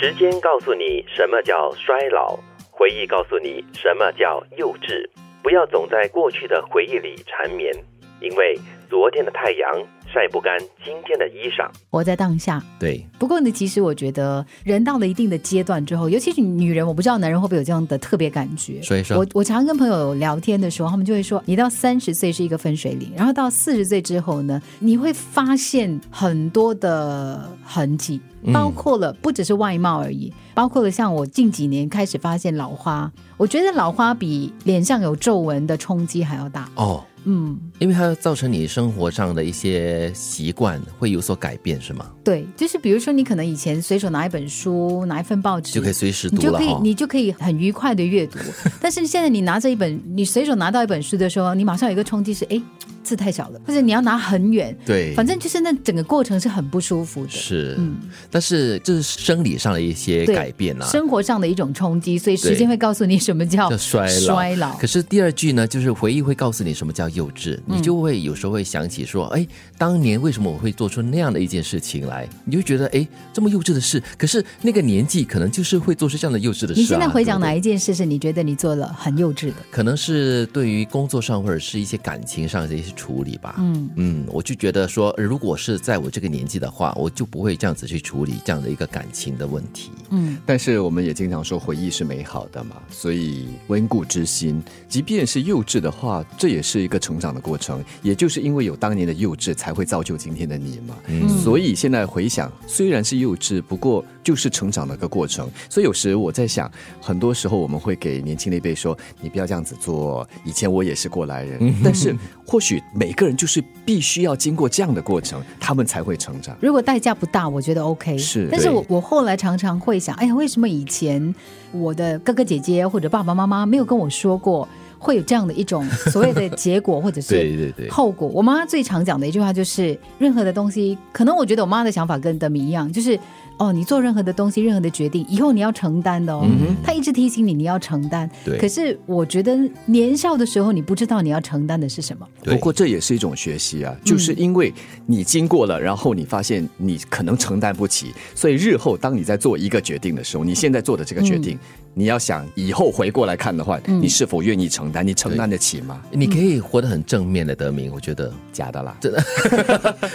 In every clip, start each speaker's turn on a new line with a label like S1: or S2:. S1: 时间告诉你什么叫衰老，回忆告诉你什么叫幼稚。不要总在过去的回忆里缠绵，因为昨天的太阳晒不干今天的衣裳。
S2: 活在当下。
S3: 对，
S2: 不过呢，其实我觉得人到了一定的阶段之后，尤其是女人，我不知道男人会不会有这样的特别感觉。
S3: 所以说
S2: 我我常跟朋友聊天的时候，他们就会说，你到三十岁是一个分水岭，然后到四十岁之后呢，你会发现很多的痕迹，
S3: 嗯
S2: 包括了不只是外貌而已，包括了像我近几年开始发现老花，我觉得老花比脸上有皱纹的冲击还要大。
S3: 哦，
S2: 嗯，
S3: 因为它造成你生活上的一些习惯会有所改变，是吗？
S2: 对，就是比如说你可能以前随手拿一本书，拿一份报纸
S3: 就可以随时
S2: 你
S3: 读
S2: 就
S3: 了
S2: 可以
S3: 哈，。
S2: 你就可以很愉快的阅 读。但是现在你拿着一本，你随手拿到一本书的时候，你马上有一个冲击是，哎，字太小了，或者你要拿很远，
S3: 对，
S2: 反正就是那整个过程是很不舒服的。
S3: 是，
S2: 嗯
S3: 但是这是生理上的一些
S2: 对
S3: 改变啊，
S2: 生活上的一种冲击，所以时
S3: 对
S2: 间会告诉你什么叫
S3: 叫衰老。
S2: 衰老
S3: 可是第二句呢，就是回忆会告诉你什么叫幼稚，
S2: 嗯
S3: 你就会有时候会想起说，哎，当年为什么我会做出那样的一件事情来？你就觉得，哎，这么幼稚的事，可是那个年纪可能就是会做出这样的幼稚的事、啊。
S2: 你现在回想
S3: 对不对
S2: 哪一件事是你觉得你做了很幼稚的？
S3: 可能是对于工作上或者是一些感情上的一些处理吧。
S2: 嗯
S3: 嗯，我就觉得说，呃如果是在我这个年纪的话，我就不会这样子去处理这样的一个感情的问题。
S2: 嗯，
S4: 但是我们也经常说回忆是美好的嘛，所以温故知新，即便是幼稚的话，这也是一个成长的过程。也就是因为有当年的幼稚，才会造就今天的你嘛。所以现在回想，虽然是幼稚，不过就是成长的一个过程。所以有时我在想，很多时候我们会给年轻的一辈说：“你不要这样子做，以前我也是过来人。但是或许每个人就是必须要经过这样的过程，他们才会成长。
S2: 如果代价不大，我觉得 OK。
S4: 是
S2: 但是
S4: 对
S2: 我我后来常常会想，哎呀，为什么以前我的哥哥姐姐或者爸爸妈妈没有跟我说过会有这样的一种所谓的结果或者
S3: 对
S2: 是
S3: 对对，
S2: 后果？我妈妈最常讲的一句话就是，任何的东西，可能我觉得我妈的想法跟德米一样，就是哦，你做任何的东西，任何的决定，以后你要承担的哦。她一直提醒你你要承担，
S3: 嗯对
S2: 可是我觉得年少的时候，你不知道你要承担的是什么。
S3: 对
S4: 不过这也是一种学习啊，就是因为你经过了，然后你发现你可能承担不起，所以日后当你在做一个决定的时候，你现在做的这个决定，你要想以后回过来看的话，你是否愿意承担？你承担得起吗？
S3: 你可以活得很正面的，德明，我觉 得。
S4: 假的啦，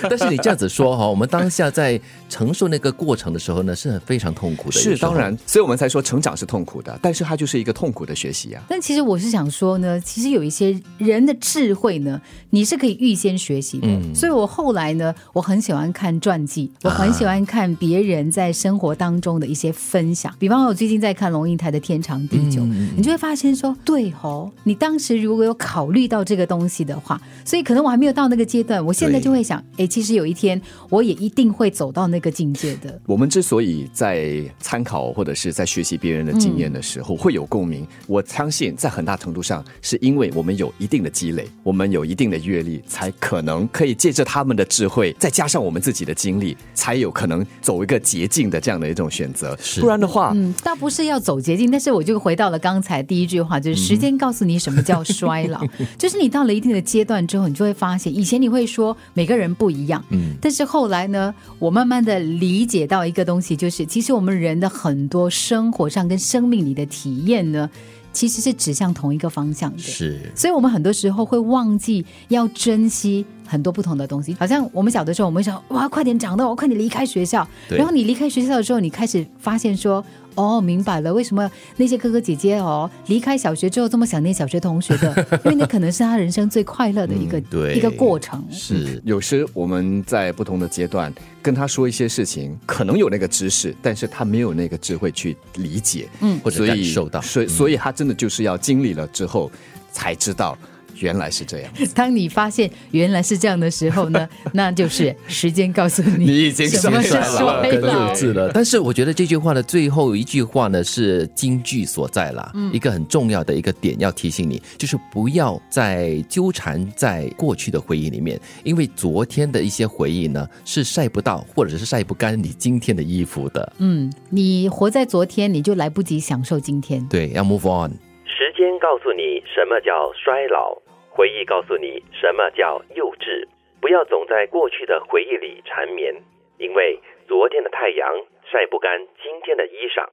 S3: 但是你这样子说哈，我们当下在承受那个过程的时候呢，是很非常痛苦的。有
S4: 是
S3: 时候
S4: 当，然，所以我们才说成长是痛苦的，但是它就是一个痛苦的学习啊。
S2: 但其实我是想说呢，其实有一些人的智慧呢，你是可以预先学习的。所以我后来呢，我很喜欢看传记，我很喜欢看别人在生活当中的一些分享。比方我最近在看龙应台的《天长地久》你就会发现说，对哦，你当时如果有考虑到这个东西的话，所以可能我还没有到那个阶段，我现在
S3: 对
S2: 就会想，哎，其实有一天我也一定会走到那个境界的。
S4: 我们之所以在参考或者是在学习别人的经验的时候、会有共鸣，我相信在很大程度上是因为我们有一定的积累，我们有一定的阅历，才可能可以借着他们的智慧，再加上我们自己的经历，才有可能走一个捷径的这样的一种选择。不然的话，
S2: 嗯，倒不是要走捷径，但是我就回到了刚才第一句话，就是时间告诉你什么叫衰老，就是你到了一定的阶段之后，你就会发现，以前你会说每个人不一样，嗯，但是后来呢，我慢慢的理解到一个东西，就是其实我们人的很多生活上跟生命里的体验呢，其实是指向同一个方向的，
S3: 是
S2: 所以我们很多时候会忘记要珍惜很多不同的东西。好像我们小的时候，我们会想哇，快点长大，我快点离开学校。
S3: 对
S2: 然后你离开学校之后，你开始发现说。哦，明白了，为什么那些哥哥姐姐哦离开小学之后这么想念小学同学的？因为那可能是他人生最快乐的一个、
S3: 对
S2: 一个过程。嗯
S3: 是，
S4: 有时我们在不同的阶段跟他说一些事情，可能有那个知识，但是他没有那个智慧去理解，嗯，
S3: 或者感受到嗯
S4: 所以所以他真的就是要经历了之后才知道原来是这样。
S2: 当你发现原来是这样的时候呢，那就是时间告诉你，
S4: 你已经
S2: 什么是
S4: 学
S2: 衰
S4: 衰
S2: 老
S4: 了
S3: 更幼稚了。但是我觉得这句话的最后一句话呢，是金句所在啦，
S2: 嗯
S3: 一个很重要的一个点要提醒你，就是不要再纠缠在过去的回忆里面，因为昨天的一些回忆呢，是晒不到或者是晒不干你今天的衣服的。
S2: 嗯，你活在昨天，你就来不及享受今天。
S3: 对，要 move on。
S1: 时间告诉你什么叫衰老，回忆告诉你什么叫幼稚。不要总在过去的回忆里缠绵，因为昨天的太阳晒。晒不干今天的衣裳。